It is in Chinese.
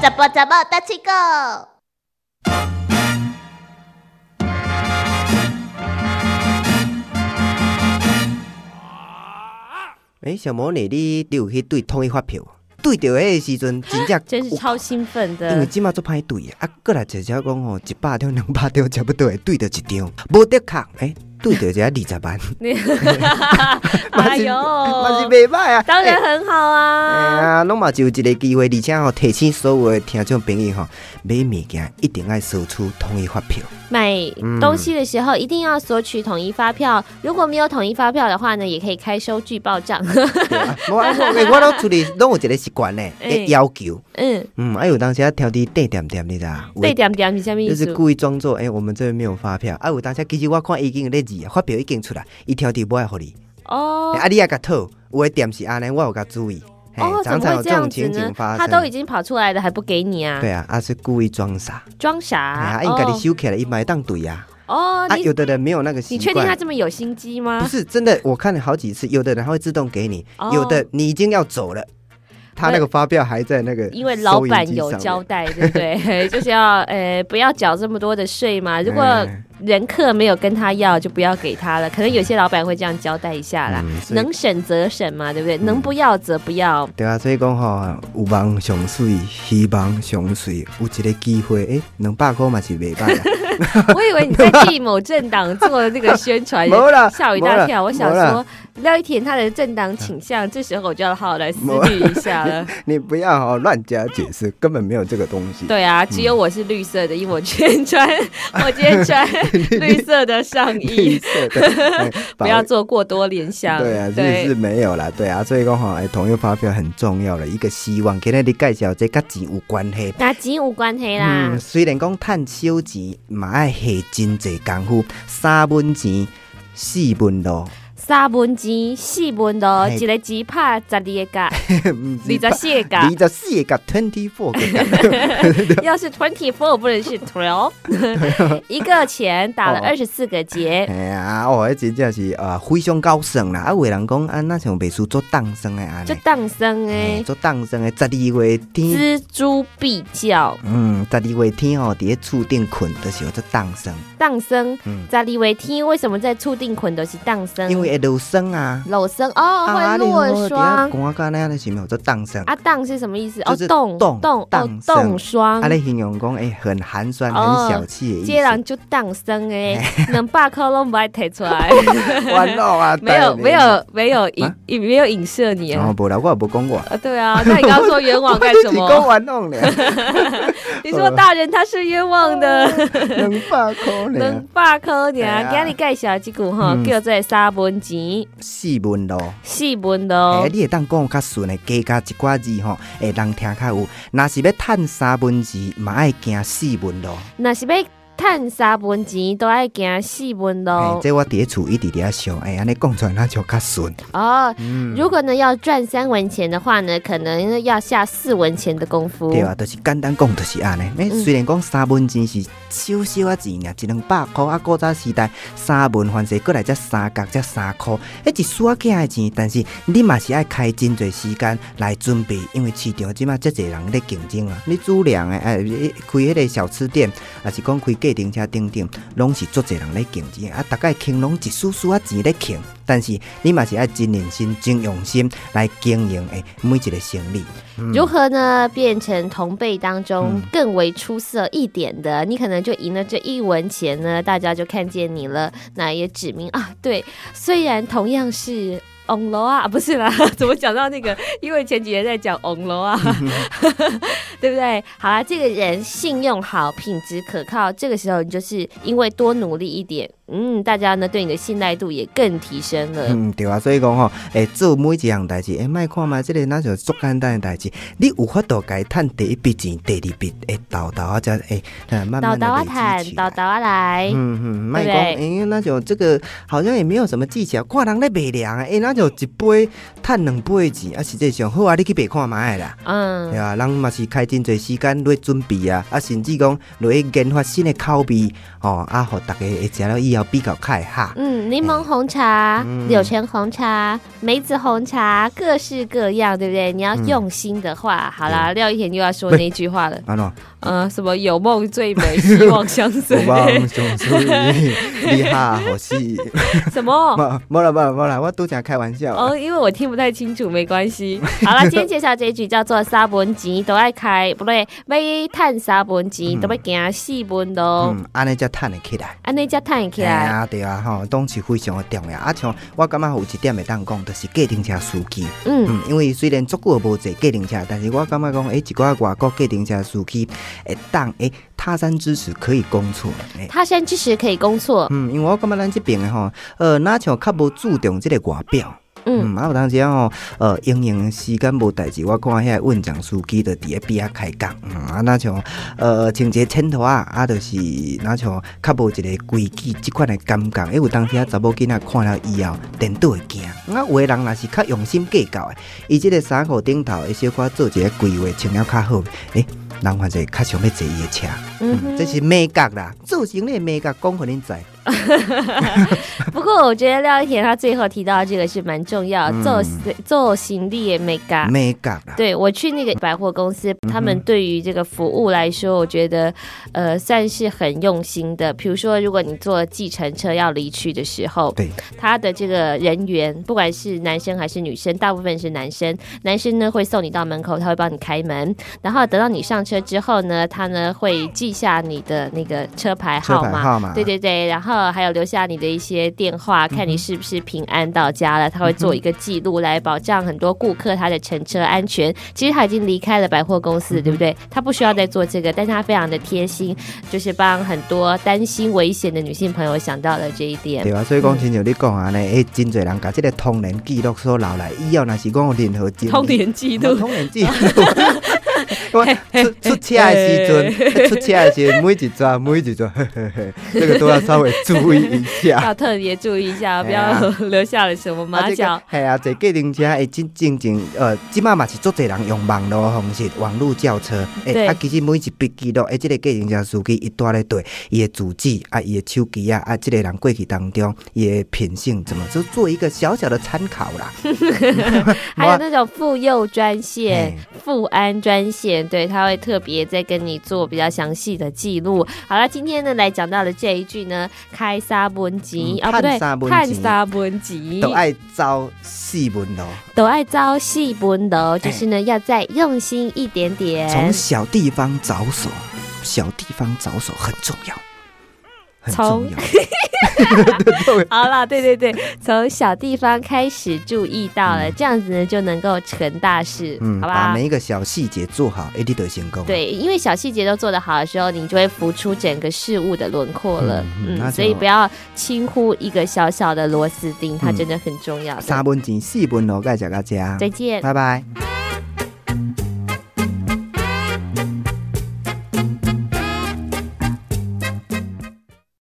怎么怎么大七个？诶、小魔女，你你有去对统一发票？对到迄个时 阵，真正真是有超兴奋因为的，即马做歹对啊，啊，过来就是讲吼，一百张、两百张，差不多会对到一张，无得空诶，对到一个二十 万，你 嘛哎是呦，嘛是袂歹啊。当然欸。很好哎啊，呀，拢嘛就有一个机会，而且吼提醒所有的听众朋友吼，买物件一定要收出统一发 票。买嗯东西的时候一定要索取统一发票，如果没有统一发票的话呢，也可以开收据报账。 对啊 我我我拢处理拢有一个习惯呢，欸会要求。嗯，嗯，啊有当时啊挑剔地点点，你知道？有的对点点是什么意就思是？故意装作哎、欸我们这边没有发票。啊，有当时其实我看已经有咧字，发票已经出来，伊挑剔不爱互你。哦欸啊，你也甲讨，有的店是安尼，我有甲注意。嘿哦，怎哎常么常有会这这样种子情呢景发？他生。都已经跑出来了，还不给你啊？对啊，啊是故意装傻，装傻哎啊呀，啊应该哦你收起来，一买当对呀。哦，啊，你有的人没有那个习你惯。确定他这么有心机不吗？是真的，我看了好几次，有的人他会自动给你，哦有的你已经要走了，他那个发票还在那个，因为老板有交。代，对不对？ 就是要呃，不要缴这么多的税嘛。如果哎人客没有跟他要，就不要给他了。可能有些老板会这样交代一下啦，嗯所以嗯能省则省嘛，对不对？能不要则不要。对啊，所以讲吼，有梦上水，希望上水，有一个机会，诶，两百块嘛是袂歹 啦。我以为你在替某政党做那个宣 传，没啦哎吓我一没大啦跳。我想没啦说，廖一田他的政党倾向，这时候我就要好好来思虑一下 了。你不要吼乱加解释，根本没有这个东 西。对啊，只有我是绿色的，因为我今 天穿，我今天穿绿色的上绿衣，色的， 哎 不要。做过多联把想。对啊，这是没有啦，对啊，所以讲吼，哎，统一发票很重要的一个希望。今天你介绍这跟钱有关系，那钱无关系啦嗯，，虽然讲趁小钱，嘛爱下真济功夫，三分钱。四分 咯，三分钱、四分咯，哎一个钱拍十二个角，二二十四个二十角。四个 twenty four 要是 twenty four 不能是 twelve，一 个钱打了啊哦二十四个结。哎呀，哦，迄真正是啊，非常高算啦。啊，有的人讲啊，那像秘书做当生的安就尼，当生哎嘿，做当生的十二月天，锱铢必较，嗯，十二月天哦，伫咧厝顶困，就是有做当生，当生嗯，咋里为天？为什么在触定捆都是当生？因为会漏霜啊，裸生哦，会嗯落啊霜你。看干那样的是没有做当生，啊，荡是什么意思？哦就，是冻冻冻哦冻，生冻霜啊，。咧形容讲哎，很寒酸，哦很小气的意思。这 人就荡生哎，两百块拢不爱提 出来，完了啊， 没有没有没有啊影影没有影射你然啊后。哦无啦，我也无讲过。啊，对啊，那你刚刚说 冤枉干什 我只讲么？玩弄 咧，你呃说大人他是冤枉的，两百块两咧，百块你哎啊，呀给你介绍这句哈，嗯叫做三文钱，四文咯。四文哎咯，。你会当讲较顺的，加加一寡字吼，会人听较有。若是要趁三文钱，嘛爱行四文咯。那是要趁三文钱，都爱行四文哎咯，。这我伫咧厝一直伫遐想，哎，安尼讲出来那就较顺。哦，嗯，如果呢要赚三文钱的话呢，可能要下四文钱的功夫。对啊，就是简单讲，就是安尼。哎，嗯虽然讲三文钱是小小啊钱尔，一两百箍啊，古早时代三文反正过来才三角才三箍，迄一丝仔起来的钱，但是你嘛是爱开真侪时间来准备，因为市场啊即马遮侪人咧竞争啊。你煮凉的，哎，你开迄个小吃店，也是讲开计程车等等，拢是足侪人咧竞争的啊，大概坑拢一丝丝仔钱咧坑，但是你嘛是爱真认真、真用心来经营诶每一个生意。如何呢？变成同辈当中嗯更为出色一点的，你可能就赢了这一文钱呢，大家就看见你了。那也指明啊，对，虽然同样是。红楼啊， 不是啦，怎么讲到那 个？因为前几天在讲红楼啊， 对不对？好啦，这个人信用好，品质可靠，这个时候你就是因为多努力一点，嗯，大家呢对你的信赖度也更提升了。嗯，对啊，所以讲吼，诶、做每一项代志，诶、莫看嘛，即、个那就足简单诶代志，你有法度家趁第一笔钱，第二笔，诶，豆豆啊，才诶，呃慢叨慢叨的啊累积坦，起叨来。叨啊来，嗯嗯，莫对讲，不对诶、那就这个好像也没有什么技巧，看人咧卖凉啊，诶、那敢就一杯趁两杯的钱，啊，实际上好啊，你去白看卖啦。嗯对，啊，人嘛是开真侪时间落准备啊，啊，甚至讲落去研发新的口味，哦，啊，互大家会食了以后比较较会合。嗯，柠檬红茶、嗯柳橙红茶、梅子红茶，各式各样，对不对？你要用心的嗯话，好啦，廖一田又要说那句话了，安怎？呃，什么有梦最美，希望相随 我，望上水，你下好戏。 什么？无无啦无啦无啦，我拄则开玩笑。哦，因为我听不太清楚，没 关系。好啦，今天介绍这一句叫做“三本钱都爱开”，不对，要赚三本钱都要行四本路，嗯，安尼才趁会起来。安尼才赚哦起哎来。啊，对啊，吼，拢是非常的重要。啊，像我感觉有一点会当讲，就是计程车司机。嗯，嗯，因为虽然足久无坐计程车，但是我感觉讲，诶、一寡外国计程车司机会当诶他山之石可以攻错。诶、他山之石可以攻错。嗯，因为我感觉咱这边的吼，呃，哪像较无注重即个外表。嗯嗯，啊，有当时啊吼，呃，闲闲的时间无代志，我看遐个运将司机就伫咧边仔开讲，嗯，啊，那像呃穿一个衬托啊，啊，就是那像较无一个规矩即款的感觉，诶，有当时啊查某囡仔看了以后，颠倒会惊。啊，有的人若是较用心计较的，伊即个衫裤顶头会小可做一个规划，穿了较好，诶、人反正较想要坐伊的车，嗯哼嗯，这是美感啦，造型的美感，讲互恁知。 不过我觉得廖一田他最后提到这个是蛮重要，嗯做做行李也没嘎。美感啦。啊对我去那个百货公嗯司，他们对于这个服务来说，我觉得呃算是很用心的。比如说，如果你坐计程车要离去的时候，对，他的这个人员不管是男生还是女生，大部分是男生。男生呢会送你到门口，他会帮你开门，然后等到你上车之后呢，他呢会记下你的那个车牌车号牌码。号码，对对对，然后还有留下你的一些电嗯话，看你是不是平安到家了，他会做一个记录来保障很多顾客他的乘车安全。其实他已经离开了百货公嗯司，对不对？他不需要再做这个，但是他非常的贴心，就是帮很多担心危险的女性朋友想到了这一点。对啊，所以讲，亲像你讲嗯安尼，诶，真侪人甲即个通联记录所留来，以后若是讲有任何经历通联记哦录， 通联 记录。我出出车的时阵，出车的时阵，每一转每一转，嘿嘿嘿，这个都要稍微注意一下。要特别注意一下，不哎呀要 留下了什么马这脚个。系啊啊，坐计程车会真正正，呃，即马嘛是足侪人用网络方式、网络叫车，诶、对啊，其实每一笔记录，诶，哎即个计程车司机伊带咧对，伊的住址啊，伊的手机啊，啊，即、个人过去当中，伊的品性怎么，就做一个小小的参考 啦。还有那种妇幼专线嘿、妇安专线，对，他会特别再跟你做比较详细的记录。好了，今天呢来讲到了这一句呢，开沙本吉嗯啊，不对，探沙本探钱沙本吉都爱招细文咯，都爱招细本楼，就是呢要再用心一点点。从小地方着手，小地方着手很重要，很重 要。好啦，对对 对，从小地方开始注意到了，这样子呢就能够成大事，嗯，好把吧？每一个小细节做好，哎，你就成功了。对，因为小细节都做得好的时候，你就会浮出整个事物的轮廓了。嗯嗯嗯，那就所以不要轻忽一个小小的螺丝钉，它嗯真的很重要的。三分钱四分咯，该食到遮，啊再见。拜拜。